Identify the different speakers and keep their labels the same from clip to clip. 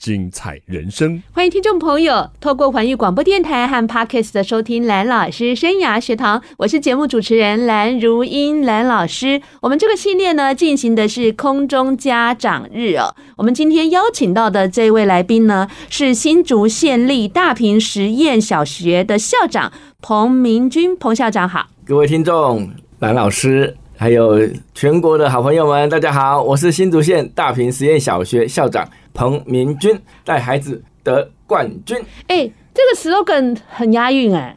Speaker 1: 精彩人生。
Speaker 2: 欢迎听众朋友透过环宇广播电台和 Podcast 的收听蓝老师生涯学堂，我是节目主持人蓝如英，蓝老师。我们这个系列呢进行的是空中家长日哦。我们今天邀请到的这位来宾呢是新竹县立大坪实验小学的校长彭明君，彭校长好。
Speaker 3: 各位听众，蓝老师，还有全国的好朋友们，大家好，我是新竹县大坪实验小学校长彭明君，带孩子得冠军。
Speaker 2: 哎，这个 slogan 很押韵 哎、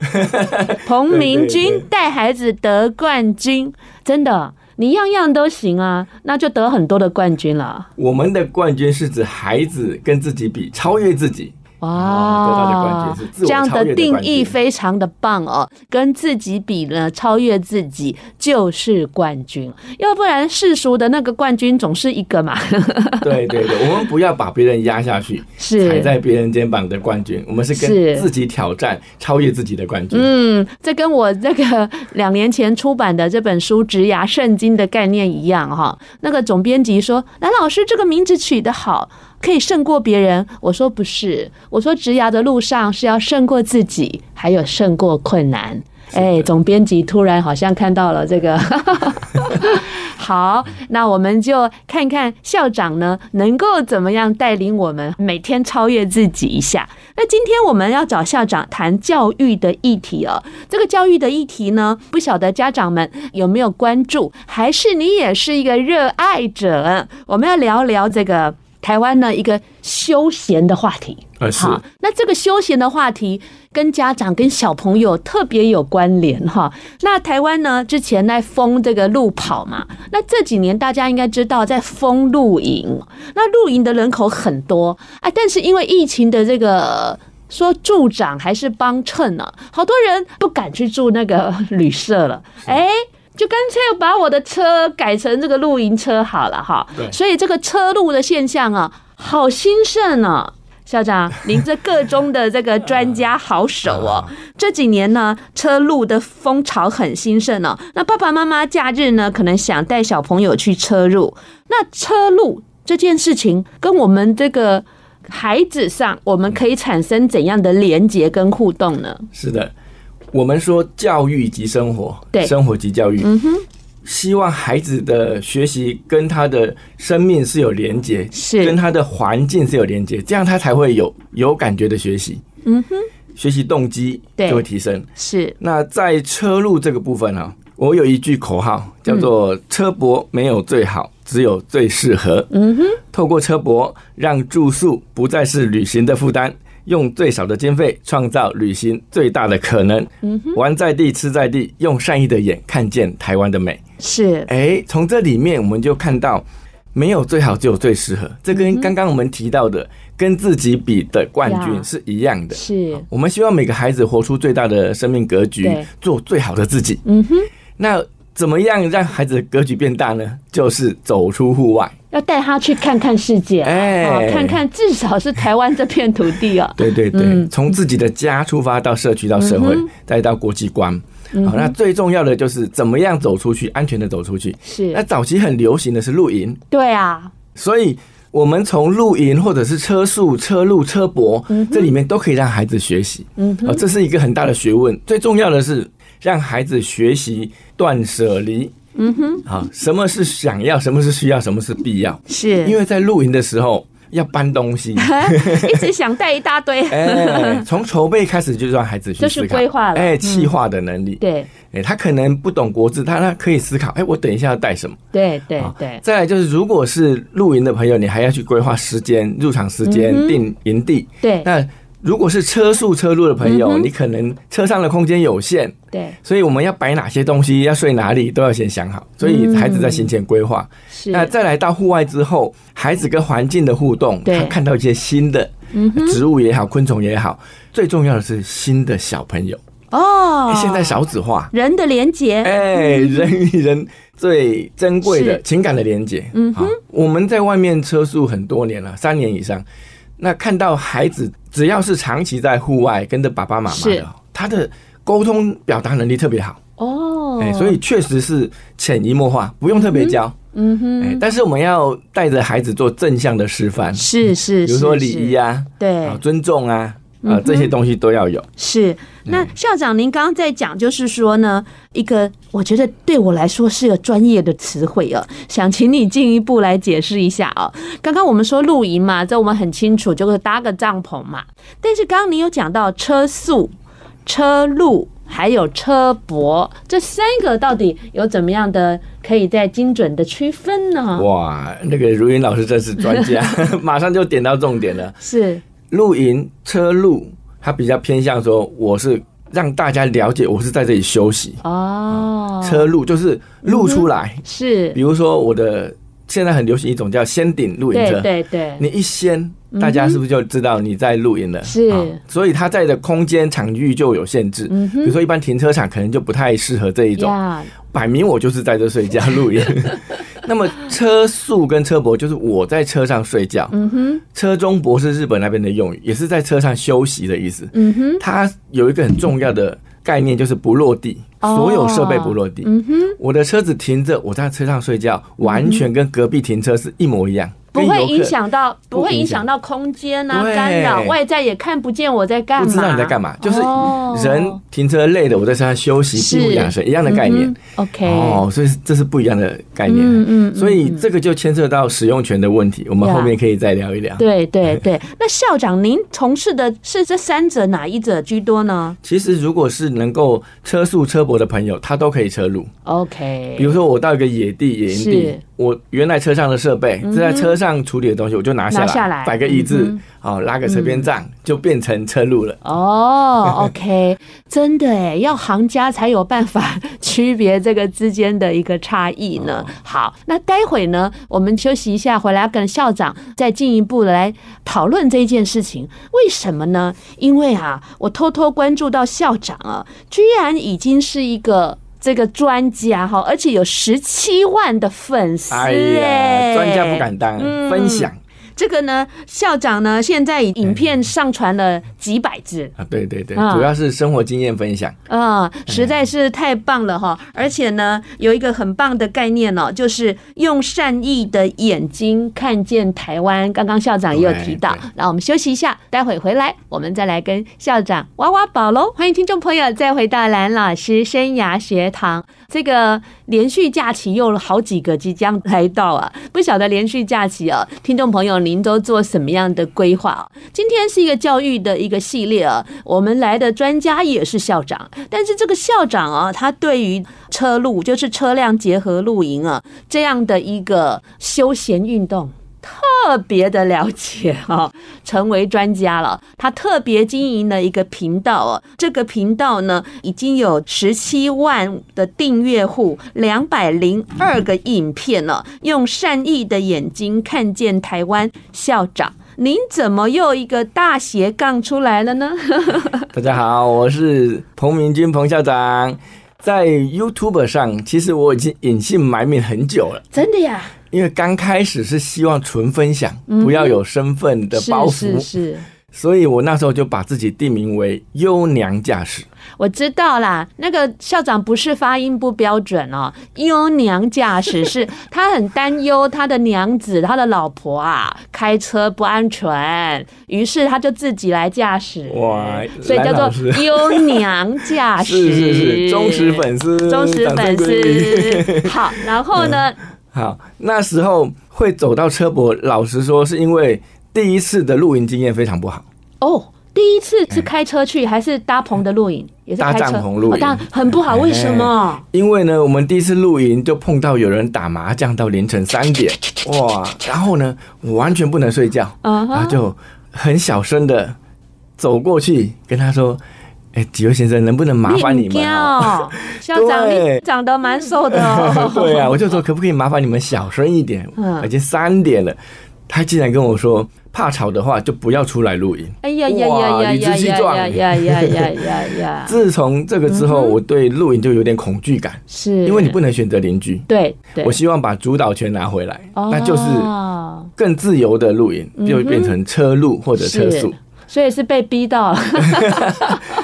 Speaker 2: 彭明
Speaker 3: 对对
Speaker 2: 君
Speaker 3: 对
Speaker 2: 带孩子得冠军，真的，你样样都行啊，那就得很多的冠军了。
Speaker 3: 我们的冠军是指孩子跟自己比，超越 自己。哦得到的
Speaker 2: 哇
Speaker 3: 冠军是，自我
Speaker 2: 这样
Speaker 3: 超越的
Speaker 2: 定
Speaker 3: 冠
Speaker 2: 义
Speaker 3: 军
Speaker 2: 非常的棒哦！跟自己比呢，超越自己就是冠军，要不然世俗的那个冠军总是一个嘛。
Speaker 3: 对对对，我们不要把别人压下去，
Speaker 2: 是
Speaker 3: 踩在别人肩膀的冠军，我们是
Speaker 2: 是
Speaker 3: 跟自己挑战，超越自己的冠军。
Speaker 2: 嗯，这跟我那个两年前出版的这本书《职涯圣经》的概念一样哈。那个总编辑说：“蓝老师这个名字取得好，可以胜过别人。”我说：“不是，我说职涯的路上是要胜过自己，还有胜过困难。”哎，总编辑突然好像看到了这个， 好，那我们就看看校长呢能够怎么样带领我们每天超越自己一下。那今天我们要找校长谈教育的议题哦。这个教育的议题呢，不晓得家长们有没有关注，还是你也是一个热爱者？我们要聊聊这个台湾的一个休闲的话题。
Speaker 3: 呃，是
Speaker 2: 好，那这个休闲的话题跟家长跟小朋友特别有关联哈。那台湾呢，之前在封这个路跑嘛，那这几年大家应该知道在封露营，那露营的人口很多啊，但是因为疫情的这个。说助长还是帮衬呢、好多人不敢去住那个 旅社了，哎，就干脆把我的车改成这个露营车好了哈。
Speaker 3: 对
Speaker 2: 所以这个车路的现象啊，好兴盛啊！校长，您这各中的这个专家好手 哦。
Speaker 3: 啊
Speaker 2: 这几年呢，车路的风潮很兴盛哦。那爸爸妈妈假日呢，可能想带小朋友去车路。那车路这件事情跟我们这个孩子上，我们可以产生怎样的连结跟互动呢？
Speaker 3: 是的，我们说教育及生活，
Speaker 2: 对
Speaker 3: 生活及教育，
Speaker 2: 嗯哼，
Speaker 3: 希望孩子的学习跟他的生命是有连接，
Speaker 2: 是
Speaker 3: 跟他的环境是有连接，这样他才会有有感觉的学习。
Speaker 2: 嗯
Speaker 3: 哼，学习动机
Speaker 2: 对
Speaker 3: 就会提升。
Speaker 2: 是
Speaker 3: 那在车路这个部分呢、我有一句口号叫做“车博没有最好，只有最适合”。嗯哼，透过车博，让住宿不再是旅行的负担，用最少的经费创造旅行最大的可能。嗯哼，玩在地，吃在地，用善意的眼看见台湾的美。
Speaker 2: 是，
Speaker 3: 哎，从这里面我们就看到，没有最好，只有最适合。这跟刚刚我们提到的跟自己比的冠
Speaker 2: 呀
Speaker 3: 军是一样的。
Speaker 2: 是，
Speaker 3: 我们希望每个孩子活出最大的生命格局
Speaker 2: 对，
Speaker 3: 做最好的自己。
Speaker 2: 嗯哼，
Speaker 3: 那怎么样让孩子的格局变大呢？就是走出户外。
Speaker 2: 要带他去看看世界啊，
Speaker 3: 哎
Speaker 2: 哦看看至少是台湾这片土地啊。
Speaker 3: 对对对
Speaker 2: 嗯，
Speaker 3: 从自己的家出发，到社区，到社会，再到国际观。
Speaker 2: 嗯
Speaker 3: 好，那最重要的就是怎么样走出去，安全的走出去。那
Speaker 2: 是，
Speaker 3: 早期很流行的是露营，
Speaker 2: 对啊，
Speaker 3: 所以我们从露营或者是车速、车路、车博，
Speaker 2: 嗯
Speaker 3: 这里面都可以让孩子学习。嗯，啊，这是一个很大的学问。最重要的是让孩子学习断舍离。嗯哼，好，什么是想要，什么是需要，什么是必要？
Speaker 2: 是，
Speaker 3: 因为在露营的时候要搬 东西，
Speaker 2: 一直想带一大堆。
Speaker 3: 哎，从筹备开始就让孩子去
Speaker 2: 就
Speaker 3: 思考，
Speaker 2: 是规划了
Speaker 3: 哎，
Speaker 2: 嗯
Speaker 3: 计划的能力。，
Speaker 2: 对
Speaker 3: 哎，他可能不懂国字，他他可以思考，哎，我等一下要带什么。
Speaker 2: 对对
Speaker 3: 啊
Speaker 2: 对，
Speaker 3: 再来就是，如果是露营的朋友，你还要去规划时间、入场时间、
Speaker 2: 嗯
Speaker 3: 定营地。
Speaker 2: 对
Speaker 3: 那如果是车速车路的朋
Speaker 2: 嗯
Speaker 3: 友，你可能车上的空间有限，
Speaker 2: 对
Speaker 3: 所以我们要摆哪些东西，要睡哪里，都要先想好。所以孩子在行前规划。
Speaker 2: 是，
Speaker 3: 那再来到户外之后，孩子跟环境的互动，
Speaker 2: 对嗯
Speaker 3: 他看到一些新的植物也好，昆虫也好，最重要的是新的小朋友。
Speaker 2: 哦，
Speaker 3: 现在少子化，
Speaker 2: 人的连结，
Speaker 3: 哎，人与人最珍贵的
Speaker 2: 是
Speaker 3: 情感的连接。嗯哼，我们在外面车速很多年了，三年以上。那看到孩子只要是长期在户外跟着爸爸妈妈
Speaker 2: 是
Speaker 3: 的哦，他的沟通表达能力特别好。
Speaker 2: 哦，
Speaker 3: 哎、所以确实是潜移默化，不用特别教。
Speaker 2: 嗯哼，
Speaker 3: 哎、但是我们要带着孩子做正向的示范，
Speaker 2: 是是，
Speaker 3: 比如说
Speaker 2: 是
Speaker 3: 礼仪，啊，
Speaker 2: 是嗯对
Speaker 3: 啊，尊重啊，啊，这些东西都要有。
Speaker 2: 是，那校长，您刚刚在讲，就是说呢，一个我觉得对我来说是个专业的词汇哦，想请你进一步来解释一下哦。刚刚我们说露营嘛，这我们很清楚，就是搭个帐篷嘛。但是刚刚您有讲到车速、车路还有车泊这三个，到底有怎么样的可以在精准的区分呢？
Speaker 3: 哇，那个如云老师真是专 家，马上就点到重点了。
Speaker 2: 是
Speaker 3: 露营车路，它比较偏向说，我是让大家了解我是在这里休息。
Speaker 2: 哦，嗯
Speaker 3: 车路就是露出来，
Speaker 2: 是
Speaker 3: 比，如说我的现在很流行一种叫掀顶露营
Speaker 2: 对
Speaker 3: 车，
Speaker 2: 对嗯对，
Speaker 3: 你一掀，大家是不是就知道你在露营了？
Speaker 2: 是
Speaker 3: 啊所以它在的空间场域就有限制。
Speaker 2: 嗯
Speaker 3: 比
Speaker 2: 哼
Speaker 3: 如说，一般停车场可能就不太适合这一种，
Speaker 2: 呀，
Speaker 3: 摆明我就是在这睡觉露 营。那么车速跟车泊就是我在车上睡觉，
Speaker 2: 嗯哼，
Speaker 3: 车中泊是日本那边的用语，也是在车上休息的意思。
Speaker 2: 嗯哼。
Speaker 3: 它有一个很重要的概念，就是不落地，
Speaker 2: 哦
Speaker 3: 所有设备不落地。
Speaker 2: 嗯哼，
Speaker 3: 我的车子停着，我在车上睡觉，完全跟隔壁停车是一模一样，
Speaker 2: 不
Speaker 3: 跟
Speaker 2: 会
Speaker 3: 游客
Speaker 2: 影响到，不
Speaker 3: 不
Speaker 2: 会
Speaker 3: 影
Speaker 2: 影
Speaker 3: 响
Speaker 2: 响到空间啊，
Speaker 3: 对
Speaker 2: 干扰外在也看不见我在干嘛，
Speaker 3: 不知道你在干嘛，就是
Speaker 2: 哦
Speaker 3: 人停车累了，我在车上休息，闭目养神一样的概念
Speaker 2: 嗯。哼 OK，
Speaker 3: 哦，所以这是不一样的概念。
Speaker 2: 嗯嗯，嗯
Speaker 3: 所以这个就牵涉到使用权的问题，我们
Speaker 2: 呀
Speaker 3: 后面可以再聊一聊。
Speaker 2: 对对对。那校长，您从事的是这三者哪一者居多呢
Speaker 3: 其实如果是能够车速车泊的朋友，他都可以车路。比
Speaker 2: ？OK，
Speaker 3: 如说我到一个野地、野营
Speaker 2: 是
Speaker 3: 地，我原来车上的设备，
Speaker 2: 嗯哼
Speaker 3: 这在车上处理的东西，我就拿下
Speaker 2: 拿下来
Speaker 3: 来，摆个椅子
Speaker 2: 嗯，
Speaker 3: 哦，拉个车边帐，就变成车路了。
Speaker 2: 哦、o k 真的哎，要行家才有办法区别这个之间的一个差异呢。
Speaker 3: 哦
Speaker 2: 好，那待会呢，我们休息一下，回来跟校长再进一步地来讨论这件事情。为什么呢？因为啊，我偷偷关注到校长啊，居然已经是一个。这个专家哈，而且有十七万的粉丝
Speaker 3: 哎呀，专家不敢当啊
Speaker 2: 嗯，
Speaker 3: 分享
Speaker 2: 这个呢，校长呢，现在影片上传了几百支，
Speaker 3: 啊，对对对，
Speaker 2: 啊
Speaker 3: 主要是生活经验 分享。
Speaker 2: 嗯，实在是太棒了哈！而且呢，有一个很棒的概念哦，就是用善意的眼睛看见台湾。刚刚校长也有提到
Speaker 3: 对对，
Speaker 2: 那我们休息一下，待会回来我们再来跟校长挖挖宝喽。欢迎听众朋友再回到蓝老师生涯学堂。这个连续假期又有好几个即将来到啊，不晓得连续假期啊，听众朋友您都做什么样的规划啊？今天是一个教育的一个系列啊，我们来的专家也是校长，但是这个校长啊，他对于车路就是车辆结合露营啊这样的一个休闲运动。特别的了解哦，成为专家了。他特别经营了一个频道哦，这个频道呢已经有十七万的订阅户，两百零二个影片了。用善意的眼睛看见台湾校长，您怎么又一个大斜杠出来了呢？
Speaker 3: 大家好，我是彭明君彭校长。在 YouTube 上，其实我已经隐姓埋名很久了，
Speaker 2: 真的呀，
Speaker 3: 因为刚开始是希望纯分享，不要有身份的
Speaker 2: 是
Speaker 3: 包
Speaker 2: 嗯是
Speaker 3: 袱，
Speaker 2: 是，
Speaker 3: 所以我那时候就把自己定名为“优良驾驶
Speaker 2: 我知道啦。那个校长不是发音不标准哦，优娘驾驶 是他很担忧他的娘子、他的老婆啊开车不安全，于是他就自己来驾驶”。。
Speaker 3: 哇，
Speaker 2: 所以叫
Speaker 3: 蓝老
Speaker 2: 做
Speaker 3: 师
Speaker 2: 优娘驾驶，
Speaker 3: 是是是忠实粉丝，
Speaker 2: 忠实
Speaker 3: 掌声
Speaker 2: 粉
Speaker 3: 鼓励。 嗯
Speaker 2: 丝。好，然后呢？
Speaker 3: 好，那时候会走到车博，老实说是因为第一次的露营经验非常不好。
Speaker 2: 哦，第一次是开车去，还是搭棚的露营？也是
Speaker 3: 搭
Speaker 2: 开车，
Speaker 3: 帐篷露营
Speaker 2: 哦搭很不好，为什么？
Speaker 3: 因为呢，我们第一次露营就碰到有人打麻将到凌晨三点，哇！然后呢，我完全不能睡觉，
Speaker 2: 嗯
Speaker 3: 然后
Speaker 2: 哼，
Speaker 3: 就很小声的走过去跟他说：“哎、几位先生，能不能麻烦你
Speaker 2: 很
Speaker 3: 们、
Speaker 2: 惊
Speaker 3: 哦？”
Speaker 2: 哦，校长
Speaker 3: 对
Speaker 2: 你长得蛮瘦的 哦。
Speaker 3: 对啊，我就说可不可以麻烦你们小声一点
Speaker 2: 嗯？
Speaker 3: 已经三点了，他竟然跟我说，怕吵的话就不要出来露营。
Speaker 2: 哎呀呀呀
Speaker 3: 哇
Speaker 2: 呀
Speaker 3: 理直
Speaker 2: 呀
Speaker 3: 气
Speaker 2: 呀
Speaker 3: 壮
Speaker 2: 呀呀呀呀呀 呀！
Speaker 3: 自从这个之后，
Speaker 2: 嗯
Speaker 3: 我对露营就有点恐惧感，
Speaker 2: 是，
Speaker 3: 因为你不能选择邻居。
Speaker 2: 对对
Speaker 3: 我，希望把主导权拿回来，
Speaker 2: 哦
Speaker 3: 那就是更自由的露营，就变成车路或者车速。
Speaker 2: 所以是被逼到了。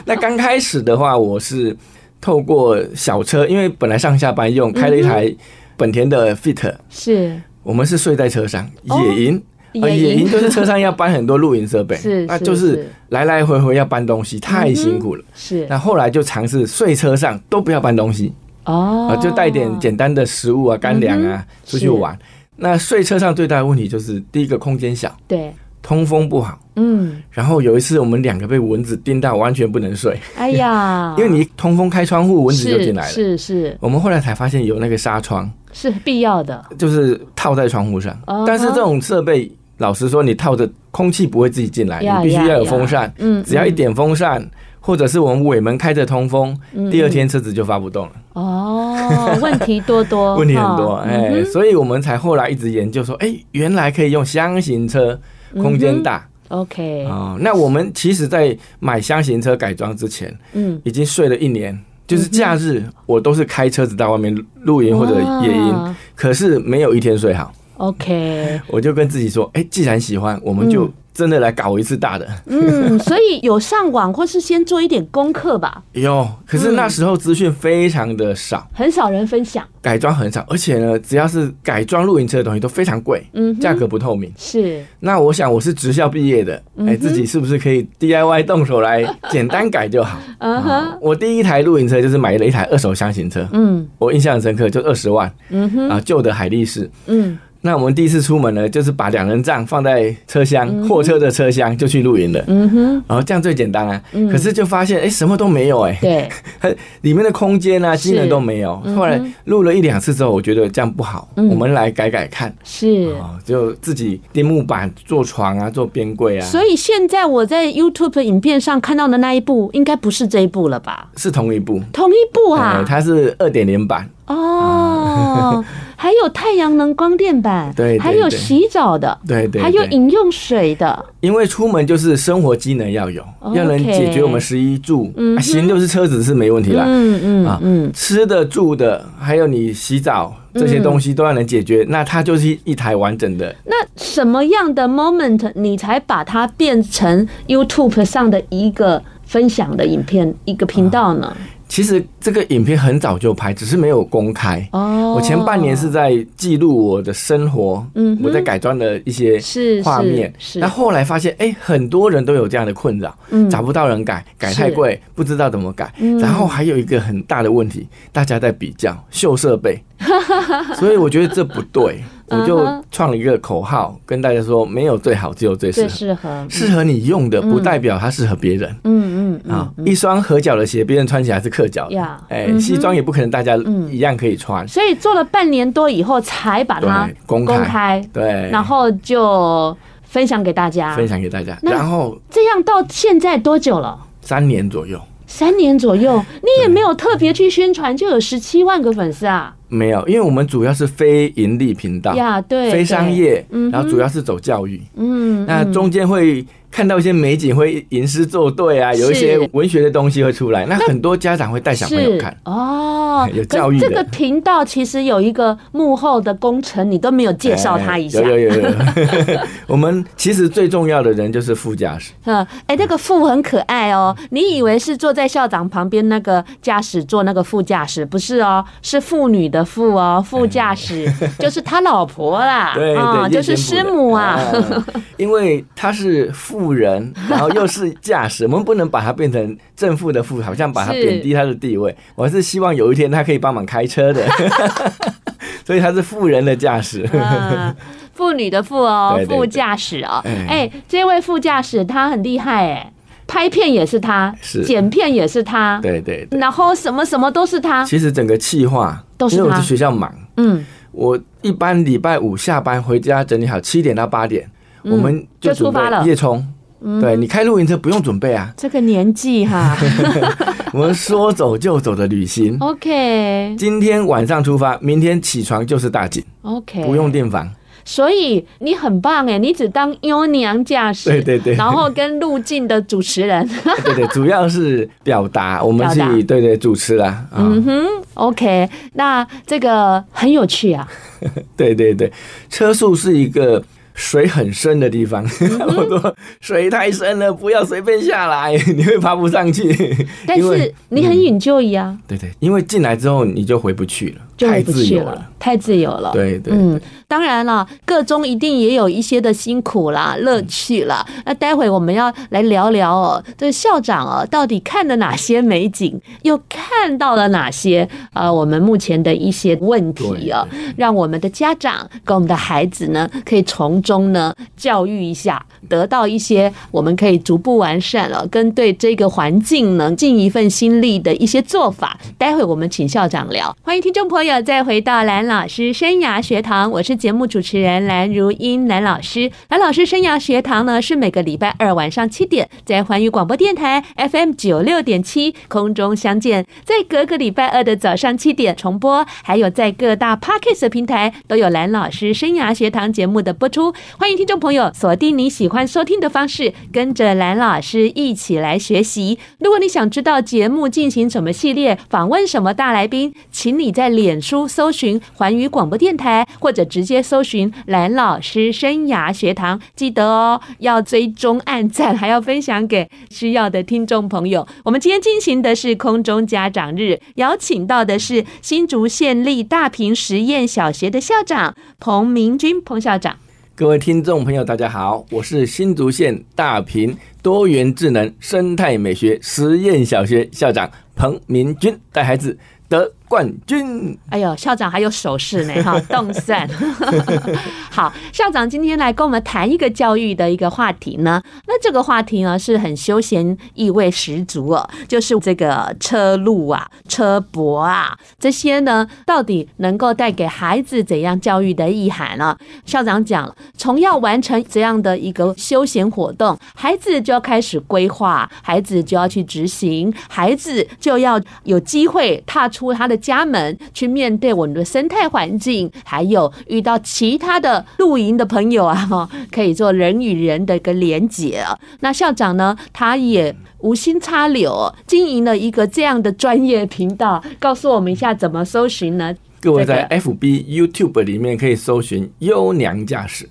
Speaker 3: 那刚开始的话，我是透过小车，因为本来上下班用，开了一
Speaker 2: 嗯
Speaker 3: 台本田的 Fit，
Speaker 2: 是
Speaker 3: 我们是睡在车上
Speaker 2: 哦，
Speaker 3: 野营。啊野营就是车上要搬很多露营设备
Speaker 2: 是
Speaker 3: 那
Speaker 2: 是嗯
Speaker 3: 就是
Speaker 2: 是
Speaker 3: 来来回回要搬东西，太辛苦了。
Speaker 2: 是
Speaker 3: 那后来就尝试睡车上都不要搬东西，啊
Speaker 2: 哦，，嗯
Speaker 3: 就带点简单的食物啊、干粮啊出去
Speaker 2: 是
Speaker 3: 玩。那睡车上最大的问题就是第一个空间小，
Speaker 2: 对，
Speaker 3: 通风不好。
Speaker 2: 嗯，
Speaker 3: 然后有一次我们两个被蚊子叮到，完全不能睡，，
Speaker 2: 哎呀
Speaker 3: 因为你一通风开窗户，蚊子就进来了。
Speaker 2: 是是
Speaker 3: 我们后来才发现有那个纱窗，
Speaker 2: 是是必要的，
Speaker 3: 就是套在窗户上
Speaker 2: 哦。
Speaker 3: 但是这种设备，老实说，你套着空气不会自己进来，
Speaker 2: 呀
Speaker 3: 哎你必须
Speaker 2: 呀
Speaker 3: 要有
Speaker 2: 呀
Speaker 3: 风扇。
Speaker 2: 嗯，
Speaker 3: 只要一
Speaker 2: 嗯
Speaker 3: 点风扇，或者是我们尾门开着通风，
Speaker 2: 嗯
Speaker 3: 第二天车子就发不动了。
Speaker 2: 哦，问题多多，
Speaker 3: 问题很多，
Speaker 2: 哈
Speaker 3: 哎、
Speaker 2: 嗯哼
Speaker 3: 所以我们才后来一直研究说，哎、原来可以用箱型车，
Speaker 2: 嗯
Speaker 3: 空间大、
Speaker 2: ，OK，
Speaker 3: 哦。那我们其实，在买箱型车改装之前，
Speaker 2: 嗯，
Speaker 3: 已经睡了一年，就是假日我都是开车子到外面露营或者野营，
Speaker 2: 哇
Speaker 3: 可是没有一天睡好。
Speaker 2: ，OK，
Speaker 3: 我就跟自己说，哎、既然喜欢，我们就
Speaker 2: 嗯
Speaker 3: 真的来搞一次大的。
Speaker 2: 嗯，所以有上网或是先做一点功课吧，
Speaker 3: 哟、可是
Speaker 2: 嗯
Speaker 3: 那时候资讯非常的少，
Speaker 2: 很少人分享，
Speaker 3: 改装很少，而且呢，只要是改装露营车的东西都非常贵，
Speaker 2: 嗯哼，
Speaker 3: 价格不透明。
Speaker 2: 是
Speaker 3: 那我想我是职校毕业的，
Speaker 2: 嗯
Speaker 3: 哎、自己是不是可以 DIY 动手来简单改 就好？
Speaker 2: 嗯
Speaker 3: 啊
Speaker 2: 哼，
Speaker 3: 我第一台露营车就是买了一台二手箱型车，
Speaker 2: 嗯
Speaker 3: 我印象很深刻，就二十万
Speaker 2: 嗯哼
Speaker 3: 啊，旧的海力士。
Speaker 2: 嗯，
Speaker 3: 那我们第一次出门呢，就是把两人帐放在车厢，货车的车厢就去露营了。
Speaker 2: 嗯哼，
Speaker 3: 然后这样最简单啊，
Speaker 2: 嗯
Speaker 3: 可是就发现哎、什么都没有哎、
Speaker 2: 对，
Speaker 3: 里面的空间啊、
Speaker 2: 是
Speaker 3: 机能都没有。
Speaker 2: 嗯哼
Speaker 3: 后来录了一两次之后，我觉得这样不好，
Speaker 2: 嗯
Speaker 3: 我们来改改看。
Speaker 2: 是。
Speaker 3: 哦，就自己钉木板做床啊，做边柜啊，
Speaker 2: 所以现在我在 YouTube 影片上看到的那一部，应该不是这一部了吧？
Speaker 3: 是同一部。
Speaker 2: 同一部
Speaker 3: 呃
Speaker 2: 啊，
Speaker 3: 它是二点零版，
Speaker 2: 哦， 还有太阳能光电板，
Speaker 3: 对对
Speaker 2: 还有
Speaker 3: 对
Speaker 2: 洗澡的，
Speaker 3: 对对
Speaker 2: 还有
Speaker 3: 对
Speaker 2: 饮用水的，
Speaker 3: 因为出门就是生活机能要有，
Speaker 2: 哦 OK
Speaker 3: 要能解决我们食衣住，
Speaker 2: 嗯哼
Speaker 3: 啊行就是车子是没问题啦，
Speaker 2: 嗯嗯
Speaker 3: 啊
Speaker 2: 嗯，
Speaker 3: 吃的住的，还有你洗澡这些东西都要能解决，那它就是一一台完整的。
Speaker 2: 那什么样的 moment 你才把它变成 YouTube 上的一个分享的影片一个频道呢？
Speaker 3: 其实这个影片很早就拍，只是没有公开。
Speaker 2: 哦，
Speaker 3: 我前半年是在记录我的生活，
Speaker 2: 嗯哼
Speaker 3: 我在改装的一些
Speaker 2: 是是
Speaker 3: 画面。
Speaker 2: 是
Speaker 3: 那后来发现，哎、很多人都有这样的困扰，
Speaker 2: 嗯
Speaker 3: 找不到人改，改太贵，不知道怎么改。
Speaker 2: 嗯
Speaker 3: 然后还有一个很大的问题，大家在比较秀 设备，所以我觉得这不对，
Speaker 2: 嗯哼
Speaker 3: 我就创了一个口号，跟大家说：没有最好，只有最
Speaker 2: 最
Speaker 3: 适合。
Speaker 2: 适合，
Speaker 3: 适合你用的，不代表它适合别人。
Speaker 2: 嗯嗯嗯
Speaker 3: 啊
Speaker 2: 嗯，，
Speaker 3: 一双合脚的鞋，别人穿起来是刻脚的
Speaker 2: 呀。
Speaker 3: 哎、
Speaker 2: 嗯哼嗯
Speaker 3: 西装也不可能大家一样可以穿。
Speaker 2: 所以做了半年多以后才把它
Speaker 3: 对，公
Speaker 2: 公
Speaker 3: 开，
Speaker 2: 开，
Speaker 3: 对，
Speaker 2: 然后就分享给大家。
Speaker 3: 分享给大家。
Speaker 2: 那
Speaker 3: 然后
Speaker 2: 这样到现在多久了？
Speaker 3: 三年左右
Speaker 2: 三年左右，你也没有特别去宣传，就有十七万个粉丝啊！
Speaker 3: 没有，因为我们主要是非盈利频道，
Speaker 2: 呀，对，
Speaker 3: 啊非商
Speaker 2: 对，
Speaker 3: 业
Speaker 2: 嗯，哼
Speaker 3: 然后主要是走教育。
Speaker 2: 嗯，
Speaker 3: 那中间会看到一些美景，会吟诗作对啊，有一些
Speaker 2: 是
Speaker 3: 文学的东西会出来。那很多家长会带小朋友
Speaker 2: 是
Speaker 3: 看，
Speaker 2: 哦
Speaker 3: ，有
Speaker 2: 可是
Speaker 3: 教育的
Speaker 2: 这个频道其实有一个幕后的工程，你都没有介绍他一下。
Speaker 3: 哎有有有 有。我们其实最重要的人就是副驾驶，
Speaker 2: 嗯，哎，那个副很可爱哦。你以为是坐在校长旁边那个驾驶座那个副驾驶，不是哦，是妇女的妇哦，副驾 驶就是他老婆啦，
Speaker 3: 对
Speaker 2: 啊
Speaker 3: 对，
Speaker 2: 就
Speaker 3: 夜
Speaker 2: 是
Speaker 3: 间
Speaker 2: 师
Speaker 3: 部的
Speaker 2: 母啊。
Speaker 3: 嗯因为他是 富人，然后又是驾驶，我们不能把他变成正负的负，好像把他
Speaker 2: 是
Speaker 3: 贬低他的地位。我是希望有一天他可以帮忙开车 的，所以他是富人的驾驶。
Speaker 2: 嗯，妇女的妇哦，
Speaker 3: 对对对
Speaker 2: 副驾驶哦，
Speaker 3: 哎
Speaker 2: 哎，这位副驾驶他很厉害哎，拍片也是他，
Speaker 3: 是
Speaker 2: 剪片也是他，
Speaker 3: 对对对，
Speaker 2: 然后什么什么都是他，
Speaker 3: 其实整个企划
Speaker 2: 都是
Speaker 3: 因为我
Speaker 2: 他
Speaker 3: 在学校忙，
Speaker 2: 嗯，
Speaker 3: 我一般礼拜五下班回家整理好，七点到八点，我们
Speaker 2: 嗯就出
Speaker 3: 准备
Speaker 2: 发了嗯
Speaker 3: 夜冲。对你开露营车不用准备啊，
Speaker 2: 这个年纪 哈
Speaker 3: 我们说走就走的旅行。
Speaker 2: ，OK
Speaker 3: 今天晚上出发，明天起床就是大景，
Speaker 2: OK，
Speaker 3: 不用 订房。
Speaker 2: 所以你很棒哎，你只当优娘驾驶，
Speaker 3: 对对对
Speaker 2: 然后跟路径的主持人
Speaker 3: 对对，主要是表达，我们是
Speaker 2: 表达嗯
Speaker 3: 以对对主持啦，啊、
Speaker 2: ，OK，那这个很有趣啊，
Speaker 3: 对对对，车速是一个水很深的地方，
Speaker 2: 嗯
Speaker 3: 我说水太深了，不要随便下来， 你会爬不上去。
Speaker 2: 但
Speaker 3: 因
Speaker 2: 是
Speaker 3: 为嗯
Speaker 2: 你很引咎呀，
Speaker 3: 对对，因为进来之后你就回不去了，
Speaker 2: 就
Speaker 3: 太
Speaker 2: 回不
Speaker 3: 自
Speaker 2: 去
Speaker 3: 由
Speaker 2: 了，。太自由了。
Speaker 3: 对对
Speaker 2: 嗯，当然了，个中一定也有一些的辛苦啦、乐趣啦。那待会我们要来聊聊哦，这校长哦，到底看了哪些美景，又看到了哪些呃，我们目前的一些问题哦，让我们的家长跟我们的孩子呢，可以从中呢教育一下，得到一些我们可以逐步完善了、跟对这个环境呢尽一份心力的一些做法。待会我们请校长聊。欢迎听众朋友再回到蓝老师生涯学堂，我是节目主持人蓝如英，蓝老师。蓝老师生涯学堂呢是每个礼拜二晚上七点在环宇广播电台 FM 九六点七空中相见，在隔个礼拜二的早上七点重播，还有在各大 Podcast 的平台都有蓝老师生涯学堂节目的播出。欢迎听众朋友锁定你喜欢收听的方式，跟着蓝老师一起来学习。如果你想知道节目进行什么系列、访问什么大来宾，请你在脸书搜寻环宇广播电台，或者直接搜寻蓝老师生涯学堂。记得哦，要追踪、按赞，还要分享给需要的听众朋友。我们今天进行的是空中家长日，邀请到的是新竹县立大坪实验小学的校长彭明君彭校长。
Speaker 3: 各位听众朋友，大家好，我是新竹县大坪多元智能生态美学实验小学校长彭明君，带孩子得冠军。
Speaker 2: 哎呦，校长还有手势呢，哈，动算。 好，校长今天来跟我们谈一个教育的一个话题呢。那这个话题呢是很休闲意味十足哦，就是这个车路啊、车泊啊这些呢，到底能够带给孩子怎样教育的意涵呢、校长讲了，从要完成这样的一个休闲活动，孩子就要开始规划，孩子就要去执行，孩子就要有机会踏出他的家门，去面对我们的生态环境，还有遇到其他的露营的朋友啊，哈，可以做人与人的一个连结啊。那校长呢，他也无心插柳，经营了一个这样的专业频道，告诉我们一下怎么搜寻呢？
Speaker 3: 各位在
Speaker 2: 这
Speaker 3: FB、YouTube 里面可以搜寻“优良驾驶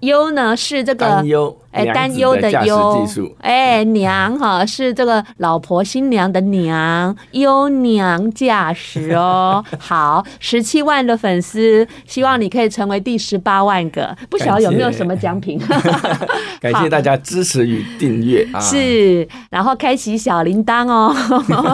Speaker 2: 优呢是这”，个
Speaker 3: 担忧
Speaker 2: 哎，
Speaker 3: 良
Speaker 2: 担
Speaker 3: 子
Speaker 2: 忧
Speaker 3: 的
Speaker 2: 的
Speaker 3: 驾驶
Speaker 2: 忧
Speaker 3: 技术，，
Speaker 2: 哎，娘哈是这个老婆新娘的娘，优娘驾驶哦。 好，十七万的粉丝，希望你可以成为第十八万个，不晓得有没有
Speaker 3: 感谢
Speaker 2: 什么奖品。
Speaker 3: 感谢大家支持与订阅啊！
Speaker 2: 是，然后开启小铃铛哦。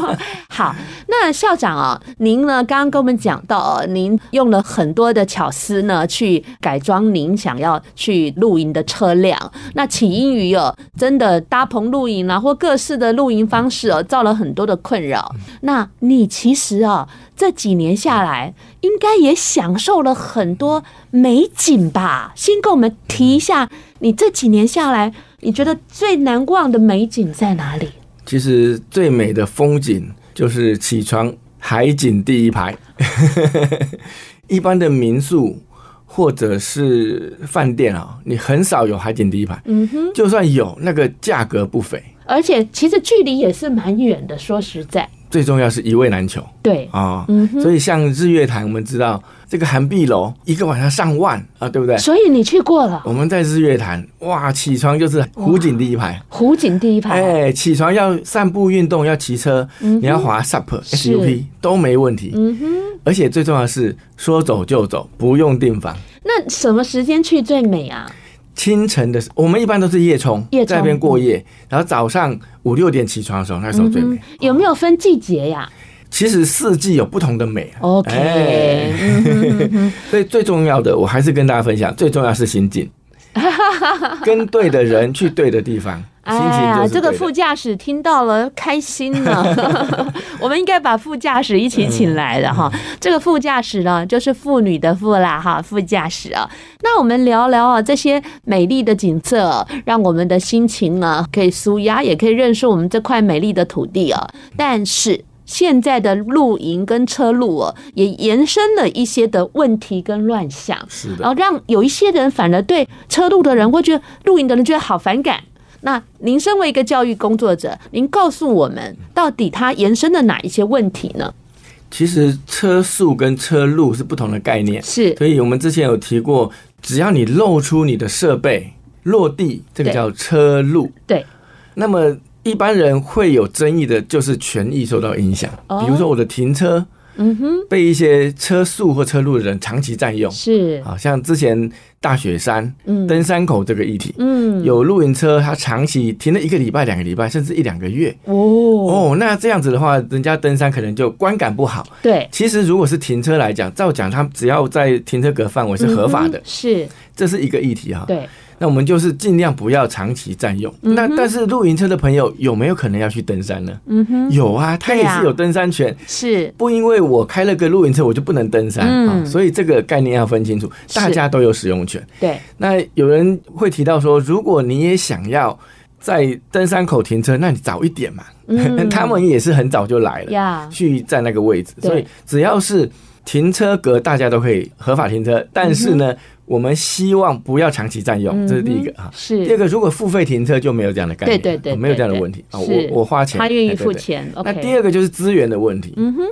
Speaker 2: 好，那校长哦，您呢刚刚跟我们讲到哦，您用了很多的巧思呢去改装您想要去露营的车辆。那起因于哦，真的搭棚露营啊，或各式的露营方式哦，造了很多的困扰。那你其实哦，这几年下来，应该也享受了很多美景吧？先跟我们提一下，你这几年下来，你觉得最难忘的美景在哪里？
Speaker 3: 其实最美的风景就是起床海景第一排。 一般的民宿或者是饭店啊、你很少有海景第一排。
Speaker 2: 嗯哼，
Speaker 3: 就算有，那个价格不菲，
Speaker 2: 而且其实距离也是蛮远的，说实在，
Speaker 3: 最重要是一味难求
Speaker 2: 对，
Speaker 3: 啊。
Speaker 2: 嗯哼
Speaker 3: 所以像日月潭，我们知道这个韩碧楼一个晚上上万啊，对不对？
Speaker 2: 所以你去过了
Speaker 3: 我们在日月潭，哇，起床就是湖景第一排。
Speaker 2: 湖景第一排，
Speaker 3: 哎，起床要散步、运动，要骑车，
Speaker 2: 嗯哼
Speaker 3: 你要滑 SUP、
Speaker 2: 是
Speaker 3: SUP 都没问题。
Speaker 2: 嗯哼，
Speaker 3: 而且最重要的是，说走就走，不用订房。
Speaker 2: 那什么时间去最美啊？
Speaker 3: 清晨的时，我们一般都是夜冲，
Speaker 2: 夜
Speaker 3: 在
Speaker 2: 冲
Speaker 3: 那边过夜，然后早上五六点起床的时候，那时候最美。
Speaker 2: 嗯有没有分季节呀
Speaker 3: 其实四季有不同的美啊。
Speaker 2: ？OK，
Speaker 3: 哎
Speaker 2: 嗯哼嗯哼
Speaker 3: 所以最重要的，我还是跟大家分享，最重要是心境， 跟对的人去对的地方，心
Speaker 2: 哎
Speaker 3: 情
Speaker 2: 呀，
Speaker 3: 就是
Speaker 2: 这
Speaker 3: 对
Speaker 2: 个
Speaker 3: 的。
Speaker 2: 副驾驶听到了开心 呢，我们应该把副驾驶一起请来的哈。
Speaker 3: 嗯
Speaker 2: 这个副驾驶呢，就是妇女的妇啦哈，副驾驶啊。那我们聊聊啊，这些美丽的景色啊，让我们的心情呢可以舒压，也可以认识我们这块美丽的土地啊。但是。现在的露营跟车路哦、也延伸了一些的问题跟乱象。
Speaker 3: 是
Speaker 2: 然
Speaker 3: 的，
Speaker 2: 后让有一些人反而对车路的人会觉得露营的人觉得好反感。那您身为一个教育工作者，您告诉我们到底它延伸的哪一些问题呢？
Speaker 3: 其实车速跟车路是不同的概念，
Speaker 2: 是
Speaker 3: 所以我们之前有提过，只要你露出你的设备落地，这个
Speaker 2: 对
Speaker 3: 叫车路。
Speaker 2: 对，
Speaker 3: 那么一般人会有争议的，就是权益受到影响。
Speaker 2: 哦
Speaker 3: 比如说我的停车
Speaker 2: 嗯哼，
Speaker 3: 被一些车速或车路的人长期占用，
Speaker 2: 是，
Speaker 3: 好像之前大雪山
Speaker 2: 嗯
Speaker 3: 登山口这个议题，
Speaker 2: 嗯，
Speaker 3: 有露营车它长期停了一个礼拜、两个礼拜，甚至一两个月。
Speaker 2: 哦，
Speaker 3: 哦，那这样子的话，人家登山可能就观感不好。
Speaker 2: 对，
Speaker 3: 其实如果是停车来讲，照讲它只要在停车格范围是合法的
Speaker 2: 嗯哼，是，
Speaker 3: 这是一个议题哈。
Speaker 2: 对，
Speaker 3: 那我们就是尽量不要长期占用。
Speaker 2: 嗯哼
Speaker 3: 那但是露营车的朋友有没有可能要去登山呢？
Speaker 2: 嗯哼，
Speaker 3: 有啊，他
Speaker 2: 对
Speaker 3: 也
Speaker 2: 啊
Speaker 3: 是有登山权。
Speaker 2: 是，
Speaker 3: 不因为我开了个露营车，我就不能登山
Speaker 2: 嗯
Speaker 3: 啊、所以这个概念要分清楚，
Speaker 2: 是
Speaker 3: 大家都有使用权。
Speaker 2: 对，
Speaker 3: 那有人会提到说，如果你也想要在登山口停车，那你早一点嘛，
Speaker 2: 嗯
Speaker 3: 他们也是很早就来了，
Speaker 2: 呀，
Speaker 3: 去占那个位置，
Speaker 2: 对
Speaker 3: 所以只要是停车格，大家都可以合法停车，但是呢，我们希望不要长期占用，这是第一个
Speaker 2: 嗯哼
Speaker 3: 啊。第
Speaker 2: 是，
Speaker 3: 二个，如果付费停车就没有这样的概念，哦
Speaker 2: 对对对对
Speaker 3: 没有这样的问题啊。
Speaker 2: 是
Speaker 3: 我我花钱，
Speaker 2: 他愿意
Speaker 3: 哎对
Speaker 2: 付
Speaker 3: 对
Speaker 2: 钱
Speaker 3: 那
Speaker 2: ，OK，
Speaker 3: 第二个就是资源的问题，
Speaker 2: 嗯哼，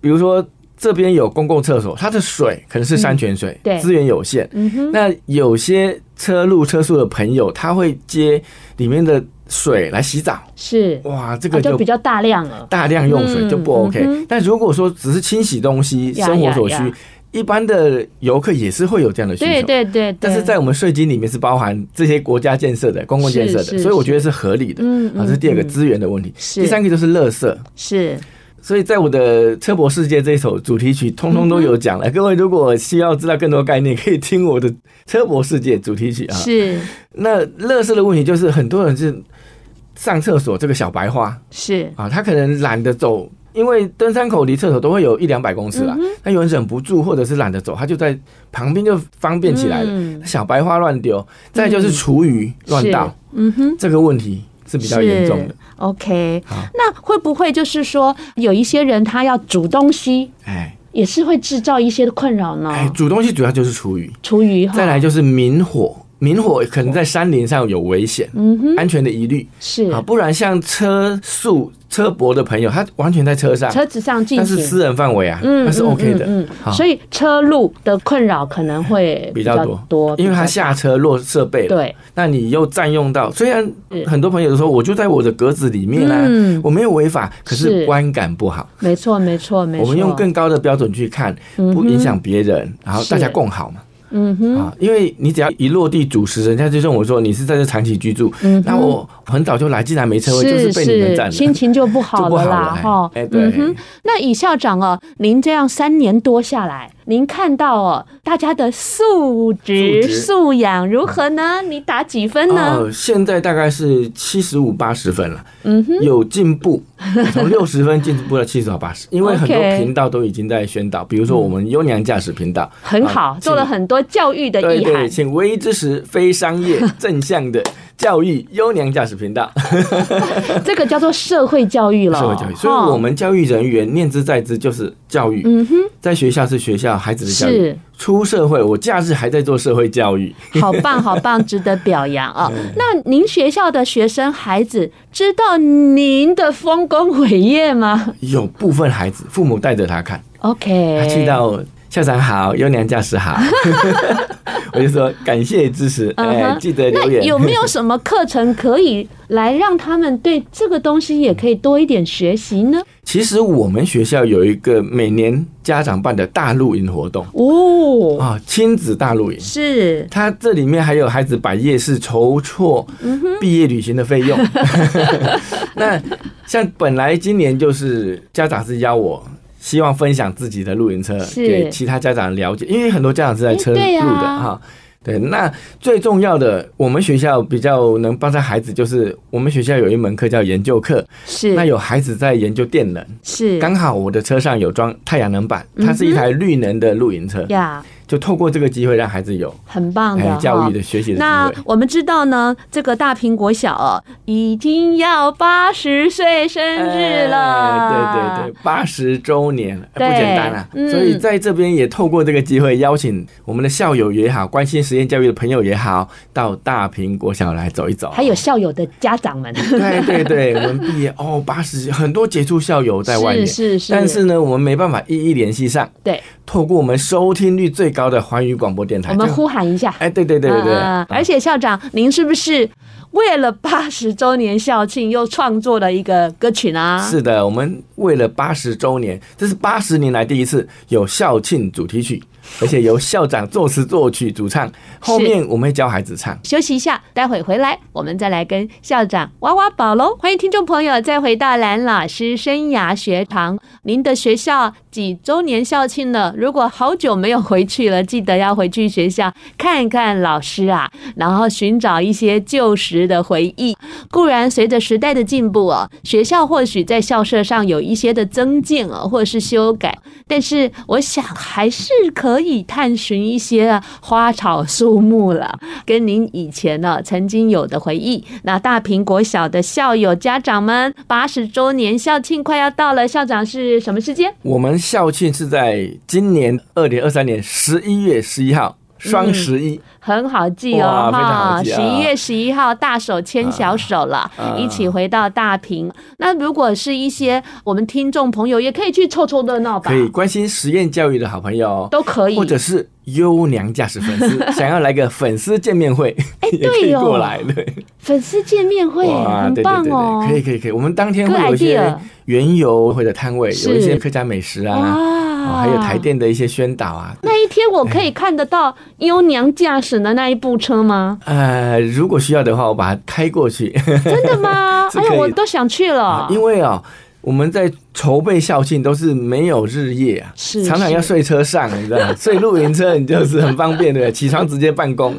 Speaker 3: 比如说这边有公共厕所，它的水可能是山泉水，
Speaker 2: 对
Speaker 3: 资源有限。
Speaker 2: 嗯哼，
Speaker 3: 那有些车路车速的朋友，他会接里面的水来洗澡，
Speaker 2: 是，
Speaker 3: 哇，这
Speaker 2: 啊
Speaker 3: 个
Speaker 2: 就
Speaker 3: 就
Speaker 2: 比较大量了，
Speaker 3: 大量用水
Speaker 2: 嗯
Speaker 3: 就不 OK
Speaker 2: 嗯哼。
Speaker 3: 但如果说只是清洗东西、
Speaker 2: 呀
Speaker 3: 生活所需
Speaker 2: 呀呀，
Speaker 3: 一般的游客也是会有这样的需
Speaker 2: 对
Speaker 3: 求。
Speaker 2: 对对，对
Speaker 3: 但是在我们税金里面是包含这些国家建设的、公共建设
Speaker 2: 是是
Speaker 3: 的，所以我觉得是合理的。
Speaker 2: 嗯
Speaker 3: 啊，这是第二个
Speaker 2: 嗯嗯
Speaker 3: 资源的问题。
Speaker 2: 是
Speaker 3: 第三个就是垃圾。
Speaker 2: 是，
Speaker 3: 所以在我的《车博世界》这一首主题曲，通通都有讲
Speaker 2: 嗯
Speaker 3: 了。各位如果需要知道更多概念，可以听我的《车博世界》主题曲啊。
Speaker 2: 是
Speaker 3: 那乐色的问题就是，很多人是上厕所这个小白花
Speaker 2: 是，
Speaker 3: 啊，他可能懒得走，因为登山口离厕所都会有一两百公尺啦
Speaker 2: 嗯。
Speaker 3: 那有人忍不住或者是懒得走，他就在旁边就方便起来了。
Speaker 2: 嗯
Speaker 3: 小白花乱丢，再来就是厨余乱倒，
Speaker 2: 是，嗯哼。
Speaker 3: 这个问题是比较严重的
Speaker 2: 是。OK，
Speaker 3: 好
Speaker 2: 那会不会就是说有一些人他要煮东西，
Speaker 3: 哎
Speaker 2: 也是哦会制造一些的困扰呢？
Speaker 3: 哎，煮东西主要就是厨余。
Speaker 2: 厨余哈，
Speaker 3: 再来就是明火，明火可能在山林上有危险，
Speaker 2: 嗯哼，
Speaker 3: 安全的疑虑
Speaker 2: 是
Speaker 3: 啊。不然像车速、车博的朋友，他完全在车上，
Speaker 2: 车子上进
Speaker 3: 但是
Speaker 2: 行，
Speaker 3: 私人范围啊，
Speaker 2: 嗯，
Speaker 3: 那是
Speaker 2: 嗯
Speaker 3: OK 的，
Speaker 2: 嗯，嗯
Speaker 3: 好
Speaker 2: 所以车路的困扰可能会
Speaker 3: 比
Speaker 2: 较
Speaker 3: 较
Speaker 2: 多
Speaker 3: 多，，因为他
Speaker 2: 它
Speaker 3: 下车落设备了，
Speaker 2: 对
Speaker 3: 那你又占用到。虽然
Speaker 2: 是
Speaker 3: 很多朋友都说，我就在我的格子里面啊
Speaker 2: 嗯，
Speaker 3: 我没有违法，可
Speaker 2: 是
Speaker 3: 是观感不好。
Speaker 2: 没错没错没错，嗯
Speaker 3: 我们用更高的标准去看，不影响别人，然后大家
Speaker 2: 是
Speaker 3: 共好嘛。
Speaker 2: 嗯哼
Speaker 3: 啊，因为你只要一落地主食，人家就认为说你是在这长期居住。
Speaker 2: 嗯哼
Speaker 3: 那我很早就来，竟然没车位，就是
Speaker 2: 是
Speaker 3: 被你们占
Speaker 2: 是
Speaker 3: 了，
Speaker 2: 心情就不
Speaker 3: 就
Speaker 2: 好
Speaker 3: 不好
Speaker 2: 了
Speaker 3: 了
Speaker 2: 啦。哈，嗯
Speaker 3: 哎，哎对，
Speaker 2: 哼那以校长哦，您这样三年多下来，您看到哦，大家的素质、
Speaker 3: 素质
Speaker 2: 素养如何呢？你打几分呢？
Speaker 3: 哦，现在大概是七十五八十分了，
Speaker 2: 嗯哼，
Speaker 3: 有进步， 从六十分进步到七十到八十，因为很多
Speaker 2: OK
Speaker 3: 频道都已经在宣导，比如说我们优良驾驶频道，
Speaker 2: 很好，
Speaker 3: 啊
Speaker 2: 做了嗯很多教育的
Speaker 3: 对
Speaker 2: 意涵
Speaker 3: 对，。请唯一支持非商业正向的教育优良驾驶频 道，
Speaker 2: 这个叫做社会教育了。
Speaker 3: 社会教育，所
Speaker 2: 哈
Speaker 3: 以我们教育人员念之在之就是教育，
Speaker 2: 嗯哼，
Speaker 3: 在学校是学校孩子的教育，
Speaker 2: 是
Speaker 3: 出社会，我假日还在做社会教育。
Speaker 2: 好棒，好棒，值得表扬啊、那您学校的学生孩子知道您的丰功伟业吗
Speaker 3: 有部分孩子父母带着他看，他
Speaker 2: ？OK，
Speaker 3: 去到校长好，优良教 师好，我就说感谢支持，
Speaker 2: 嗯
Speaker 3: 哎、
Speaker 2: 哼
Speaker 3: 记得
Speaker 2: 那
Speaker 3: 留言。
Speaker 2: 有没有什么课程可以来让他们对这个东西也可以多一点学习呢？
Speaker 3: 其实我们学校有一个每年家长办的大露营活动
Speaker 2: 哦，
Speaker 3: 啊、亲子大露营。
Speaker 2: 是
Speaker 3: 它这里面还有孩子摆夜市筹措
Speaker 2: 嗯
Speaker 3: 毕业旅行的 费用。 那像本来今年就是家长是邀我，希望分享自己的露营车
Speaker 2: 是
Speaker 3: 给其他家长了解，因为很多家长是在车
Speaker 2: 哎
Speaker 3: 路
Speaker 2: 对
Speaker 3: 的
Speaker 2: 呀
Speaker 3: 哈。对，那最重要的，我们学校比较能帮到孩子，就是我们学校有一门课叫研究课，
Speaker 2: 是，
Speaker 3: 那有孩子在研究电能，
Speaker 2: 是
Speaker 3: 刚好我的车上有装太阳能板，它是一台绿能的露营车，
Speaker 2: 呀，
Speaker 3: 就透过这个机会让孩子有
Speaker 2: 很棒的
Speaker 3: 哎，教育的
Speaker 2: 哈
Speaker 3: 学习的
Speaker 2: 嗯那
Speaker 3: 机会。
Speaker 2: 我们知道呢，这个大苹果小哦已经要八十岁生日了，
Speaker 3: 哎对对对，八十周年不
Speaker 2: 对
Speaker 3: 简单啊！
Speaker 2: 嗯
Speaker 3: 所以在这边也透过这个机会，邀请我们的校友也好，关心实验教育的朋友也好，到大苹果小来走一走。
Speaker 2: 还有校友的家长们，
Speaker 3: 对对对， 我们毕业哦，八十很多杰出校友在外面，
Speaker 2: 是是是，
Speaker 3: 但是呢，我们没办法一一联系上。
Speaker 2: 对
Speaker 3: 透过我们收听率最高的环宇广播电台。
Speaker 2: 我们
Speaker 3: 这
Speaker 2: 呼喊一下。
Speaker 3: 哎，对对对对对，
Speaker 2: 嗯嗯而且校长，您是不是为了八十周年校庆又创作了一个歌曲呢？
Speaker 3: 是的，我们为了八十周年，这是八十年来第一次有校庆主题曲，而且由校长作词作曲主唱。后面我们会教孩子唱。
Speaker 2: 休息一下，待会回来我们再来跟校长挖挖宝喽。欢迎听众朋友再回到蓝老师生涯学堂。您的学校几周年校庆了？如果好久没有回去了，记得要回去学校看看老师啊，然后寻找一些旧时的回忆。固然随着时代的进步哦，学校或许在校舍上有一些的增进哦，或是修改，但是我想还是可以探寻一些花草树木了，跟您以前呢、曾经有的回忆。那大苹果小的校友家长们，八十周年校庆快要到了，校长是什么时间？
Speaker 3: 我们校庆是在今年二零二三年十一月十一号，双十
Speaker 2: 嗯
Speaker 3: 一。
Speaker 2: 很好记哦，
Speaker 3: 哇啊非常好记啊
Speaker 2: 十一月十一号，大手牵小手了，
Speaker 3: 啊
Speaker 2: 一起回到大屏。那如果是一些我们听众朋友，也可以去凑凑热闹吧，
Speaker 3: 可以关心实验教育的好朋友，哦
Speaker 2: 都可以。
Speaker 3: 或者是优良驾驶粉 丝，想要来个粉丝见面会，也可
Speaker 2: 对
Speaker 3: 以
Speaker 2: 哦
Speaker 3: 过来。对，
Speaker 2: 粉丝见面会，很
Speaker 3: 对对
Speaker 2: 棒
Speaker 3: 对
Speaker 2: 哦，
Speaker 3: 对，可以可以可以，我们当天
Speaker 2: ，Good
Speaker 3: 会有一
Speaker 2: idea
Speaker 3: 些原油或者摊位，
Speaker 2: 是
Speaker 3: 有一些客家美食啊，哦
Speaker 2: 哇，
Speaker 3: 还有台。电的一些宣导啊。？
Speaker 2: 那一天我可以看得到优娘驾驶的那一部车吗
Speaker 3: 呃，如果需要的话，我把它开过去，
Speaker 2: 真的吗？
Speaker 3: 是
Speaker 2: 哎
Speaker 3: 可以
Speaker 2: 呀，我都想去了，
Speaker 3: 因为哦，我们在筹备校庆都是没有日夜啊，
Speaker 2: 是
Speaker 3: 常常要睡车上，你知道吗？ 睡露营车你就是很方便的，起床直接办公。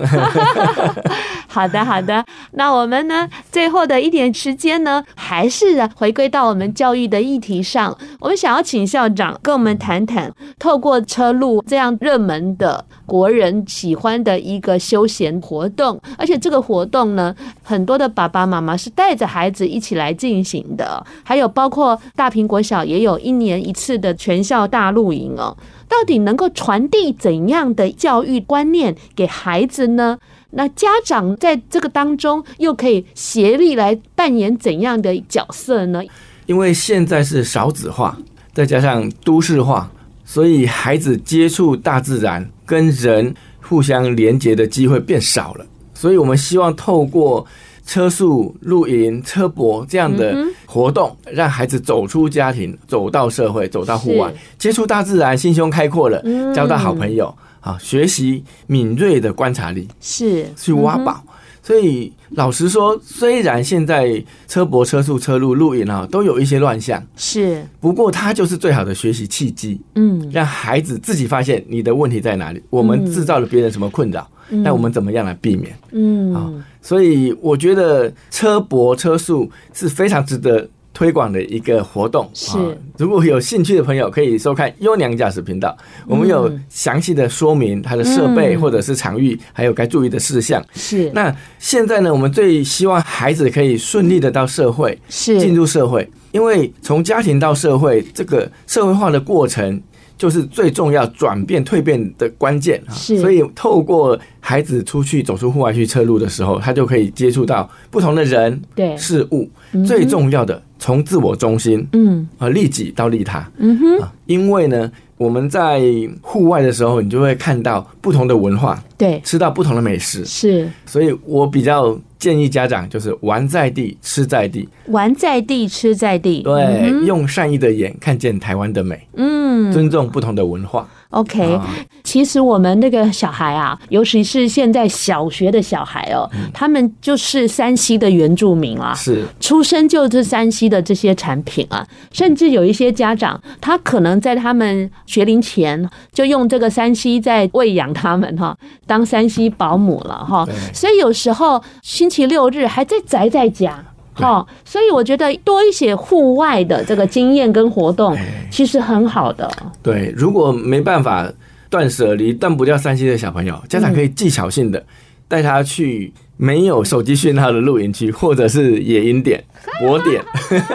Speaker 2: 好的，好的。那我们呢，最后的一点时间呢，还是回归到我们教育的议题上。我们想要请校长跟我们谈谈，透过车路这样热门的国人喜欢的一个休闲活动，而且这个活动呢，很多的爸爸妈妈是带着孩子一起来进行的，还有包括大苹果小也有一年一次的全校大露营哦。到底能够传递怎样的教育观念给孩子呢？那家长在这个当中又可以协力来扮演怎样的角色呢？
Speaker 3: 因为现在是少子化，再加上都市化，所以孩子接触大自然跟人互相连接的机会变少了。所以我们希望透过车速、露营、车博这样
Speaker 2: 嗯
Speaker 3: 的活动，让孩子走出家庭，走到社会，走到户外
Speaker 2: 是，
Speaker 3: 接触大自然，心胸开阔了，
Speaker 2: 嗯
Speaker 3: 交到好朋友，啊，学习敏锐的观察力。
Speaker 2: 是
Speaker 3: 去挖宝。
Speaker 2: 嗯
Speaker 3: 所以老实说，虽然现在车博、车速、车路、路营啊都有一些乱象，
Speaker 2: 是，
Speaker 3: 不过它就是最好的学习契机，
Speaker 2: 嗯，
Speaker 3: 让孩子自己发现你的问题在哪里，我们制造了别人什么困扰，那我们怎么样来避免？
Speaker 2: 嗯
Speaker 3: 好，所以我觉得车博、车速是非常值得。推广的一个活动
Speaker 2: 是
Speaker 3: 啊如果有兴趣的朋友可以收看优良驾驶频道，我们有详细的说明它的设备
Speaker 2: 嗯
Speaker 3: 或者是场域，还有该注意的事项。
Speaker 2: 是
Speaker 3: 那现在呢，我们最希望孩子可以顺利的到社会，
Speaker 2: 是
Speaker 3: 进入社会，因为从家庭到社会这个社会化的过程。就是最重要转变蜕变的关键啊！
Speaker 2: 是
Speaker 3: 所以透过孩子出去走出户外去车路的时候，他就可以接触到不同的人、
Speaker 2: 对
Speaker 3: 事物。
Speaker 2: 嗯哼
Speaker 3: 最重要的，从自我中心
Speaker 2: 嗯
Speaker 3: 啊，利己到利他。
Speaker 2: 嗯哼，
Speaker 3: 啊，因为呢，我们在户外的时候，你就会看到不同的文化，
Speaker 2: 对，
Speaker 3: 吃到不同的美食，
Speaker 2: 是
Speaker 3: 所以我比较建议家长就是玩在地，吃在地，
Speaker 2: 玩在地，吃在地，
Speaker 3: 对，用善意的眼看见台湾的美，
Speaker 2: 嗯
Speaker 3: 尊重不同的文化。
Speaker 2: ，OK，
Speaker 3: 啊
Speaker 2: 其实我们那个小孩啊，尤其是现在小学的小孩哦，
Speaker 3: 嗯
Speaker 2: 他们就是山西的原住民啦、
Speaker 3: 是
Speaker 2: 出生就是山西的这些产品啊，甚至有一些家长，他可能在他们学龄前就用这个山西在喂养他们哈，当山西保姆了哈
Speaker 3: 对，
Speaker 2: 所以有时候星期六日还在宅在家。哈，所以我觉得多一些户外的这个经验跟活动，
Speaker 3: 哎
Speaker 2: 其实很好的。
Speaker 3: 对，如果没办法断舍离、断不掉山西的小朋友，家长可以技巧性的带他去没有手机讯号的露营区，或者是野营点、泊点。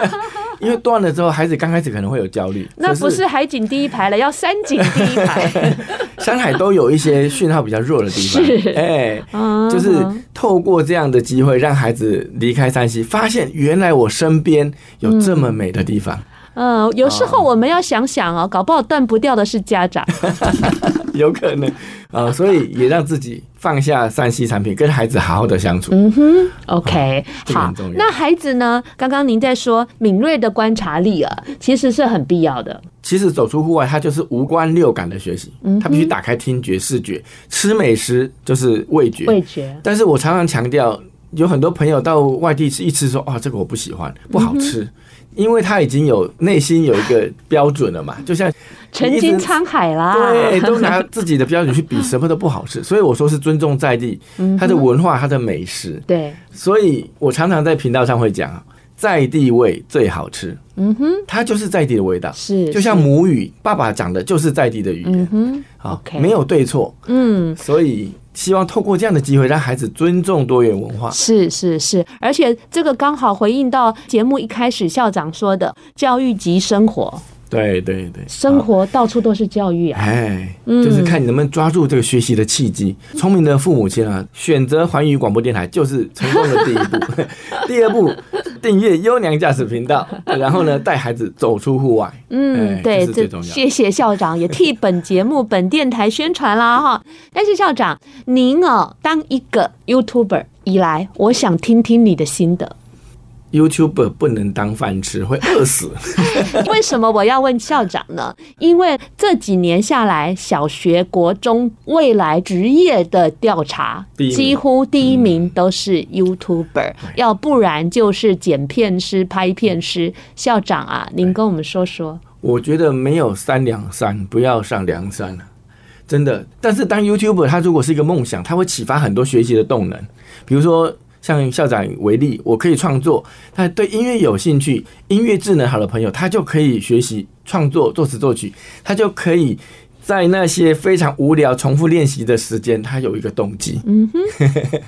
Speaker 3: 因为断了之后，孩子刚开始可能会有焦虑，
Speaker 2: 那
Speaker 3: 可
Speaker 2: 不是海景第一排了，要山景第一排。
Speaker 3: 山海都有一些讯号比较弱的地方，
Speaker 2: 是
Speaker 3: 哎，
Speaker 2: 嗯
Speaker 3: 就是透过这样的机会，让孩子离开山西，发现原来我身边有这么美的地方，
Speaker 2: 嗯，有时候我们要想想哦，搞不好断不掉的是家长。嗯
Speaker 3: 有可能啊、所以也让自己放下山西产品，跟孩子好好的相处。
Speaker 2: 嗯哼，OK，、
Speaker 3: 这个
Speaker 2: 好
Speaker 3: 很重要。
Speaker 2: 那孩子呢？刚刚您在说敏锐的观察力啊，其实是很必要的。
Speaker 3: 其实走出户外，它就是无关六感的学习，
Speaker 2: 嗯
Speaker 3: 他必须打开听觉、视觉，吃美食就是味觉，
Speaker 2: 味觉，
Speaker 3: 但是我常常强调，有很多朋友到外地吃，一吃说啊、这个我不喜
Speaker 2: 嗯
Speaker 3: 欢，不好吃，因为他已经有内心有一个标准了嘛，就像
Speaker 2: 曾
Speaker 3: 你一
Speaker 2: 经
Speaker 3: 直
Speaker 2: 沧海啦。
Speaker 3: 对，都拿自己的标准去比，什么都不好吃。 所以我说是尊重在地，
Speaker 2: 嗯
Speaker 3: 它的文化，它的美食。
Speaker 2: 对，
Speaker 3: 所以我常常在频道上会讲啊，在地味最好吃，
Speaker 2: 嗯哼，
Speaker 3: 它就是在地的味道。
Speaker 2: 是，
Speaker 3: 就像
Speaker 2: 是
Speaker 3: 母语，爸爸讲的就是在地的语
Speaker 2: 嗯
Speaker 3: 言，
Speaker 2: 哼，
Speaker 3: 啊
Speaker 2: OK，
Speaker 3: 没有对错，
Speaker 2: 嗯。
Speaker 3: 所以希望透过这样的机会，让孩子尊重多元文化。
Speaker 2: 是是是，而且这个刚好回应到节目一开始校长说的教育及生活，
Speaker 3: 对对对，
Speaker 2: 生活到处都是教育啊。
Speaker 3: 哎，就是看你能不能抓住这个学习的契机。聪明的父母亲啊，选择环宇广播电台就是成功的第一步。第二步，订阅优良驾驶频道，然后呢，带孩子走出户外。
Speaker 2: 嗯
Speaker 3: 哎，
Speaker 2: 对，
Speaker 3: 这是最重要的。
Speaker 2: 谢谢校长，也替本节目、本电台宣传啦哈。但是校长，您哦，当一个 YouTuber 以来，我想听听你的心得。
Speaker 3: YouTube 不能当饭吃，会饿死。
Speaker 2: 为什么我要问校长呢？因为这几年下来，小学、国中未来职业的调查
Speaker 3: 第一，名嗯
Speaker 2: 几乎第一名都是 YouTuber，、要不然就是剪片师、拍片师。校长啊，您跟我们说说。
Speaker 3: 我觉得没有三两三，不要上梁山啊真的。但是当 YouTuber，他如果是一个梦想，他会启发很多学习的动能。比如说像校长为例，我可以创作，他对音乐有兴趣，音乐智能好的朋友，他就可以学习创作、作词作曲，他就可以。在那些非常无聊、重复练习的时间，他有一个动机。嗯哼，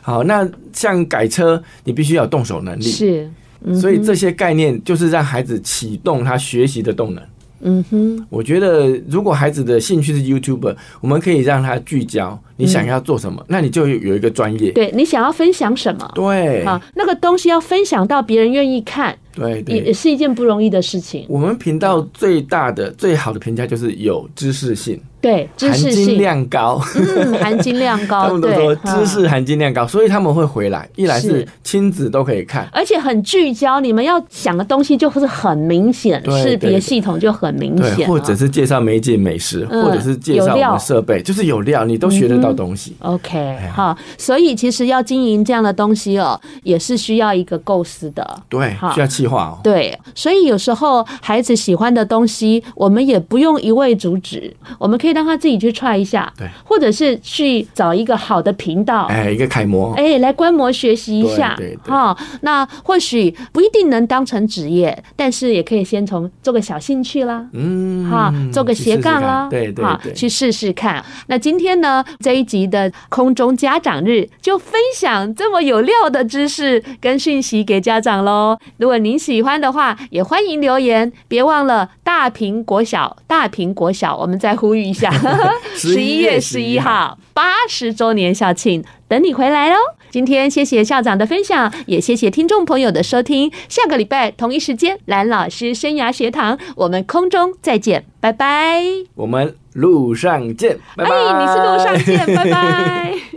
Speaker 3: 好，那像改车，你必须要有动手能力。
Speaker 2: 是，
Speaker 3: 所以这些概念就是让孩子启动他学习的动能。
Speaker 2: 嗯哼，
Speaker 3: 我觉得，如果孩子的兴趣是 YouTuber，我们可以让他聚焦，
Speaker 2: 嗯
Speaker 3: 你想要做什么，那你就有一个专业。
Speaker 2: 对你想要分享什么？
Speaker 3: 对
Speaker 2: 啊，那个东西要分享到别人愿意看，
Speaker 3: 对
Speaker 2: 也也
Speaker 3: 对，
Speaker 2: 是一件不容易的事情。
Speaker 3: 我们频道最大的、最好的评价就是有知识性，
Speaker 2: 对，知
Speaker 3: 含
Speaker 2: 识
Speaker 3: 金
Speaker 2: 性，
Speaker 3: 量高。
Speaker 2: 嗯，含金量
Speaker 3: 他
Speaker 2: 高，
Speaker 3: 们都
Speaker 2: 对
Speaker 3: 说，知
Speaker 2: 嗯
Speaker 3: 识含金量高，所以他们会回来。一来
Speaker 2: 是
Speaker 3: 是亲子都可以看，
Speaker 2: 而且很聚焦，你们要想的东西就是很明显，
Speaker 3: 对
Speaker 2: 识别
Speaker 3: 对
Speaker 2: 系统就很明
Speaker 3: 对，
Speaker 2: 显啊，
Speaker 3: 或者是介绍美景美食，
Speaker 2: 嗯
Speaker 3: 或者是介绍
Speaker 2: 有
Speaker 3: 我
Speaker 2: 料嗯
Speaker 3: 们设备，就是有料，你都学得到东西。
Speaker 2: OK
Speaker 3: 哎
Speaker 2: 好，所以其实要经营这样的东西哦，也是需要一个构思的。
Speaker 3: 对
Speaker 2: 好，
Speaker 3: 需要计划哦。
Speaker 2: 对，所以有时候孩子喜欢的东西，我们也不用一味阻止，我们可以让他自己去 try 一下，
Speaker 3: 对，
Speaker 2: 或者是去找一个好的频道，
Speaker 3: 哎，一个楷模。
Speaker 2: 哎，来观摩学习一下，
Speaker 3: 对对对
Speaker 2: 哈、那或许不一定能当成职业，但是也可以先从做个小兴趣啦。
Speaker 3: 嗯
Speaker 2: 哈，做个
Speaker 3: 去试
Speaker 2: 斜
Speaker 3: 试
Speaker 2: 杠啊
Speaker 3: 看
Speaker 2: 啦，
Speaker 3: 对对
Speaker 2: 哈
Speaker 3: 对，
Speaker 2: 去试试看。那今天呢，这一集的空中家长日就分享这么有料的知识跟讯息给家长喽。如果您喜欢的话，也欢迎留言，别忘了大苹果小大苹果小，我们再呼吁一 下，
Speaker 3: 11
Speaker 2: 月
Speaker 3: 月
Speaker 2: 十一
Speaker 3: 11
Speaker 2: 号八十周年校庆，等你回来喽。今天谢谢校长的分享，也谢谢听众朋友的收听。下个礼拜同一时间，蓝老师生涯学堂，我们空中再见，拜拜。
Speaker 3: 我们路上见，拜拜。
Speaker 2: 哎哎，你是路上见，拜拜。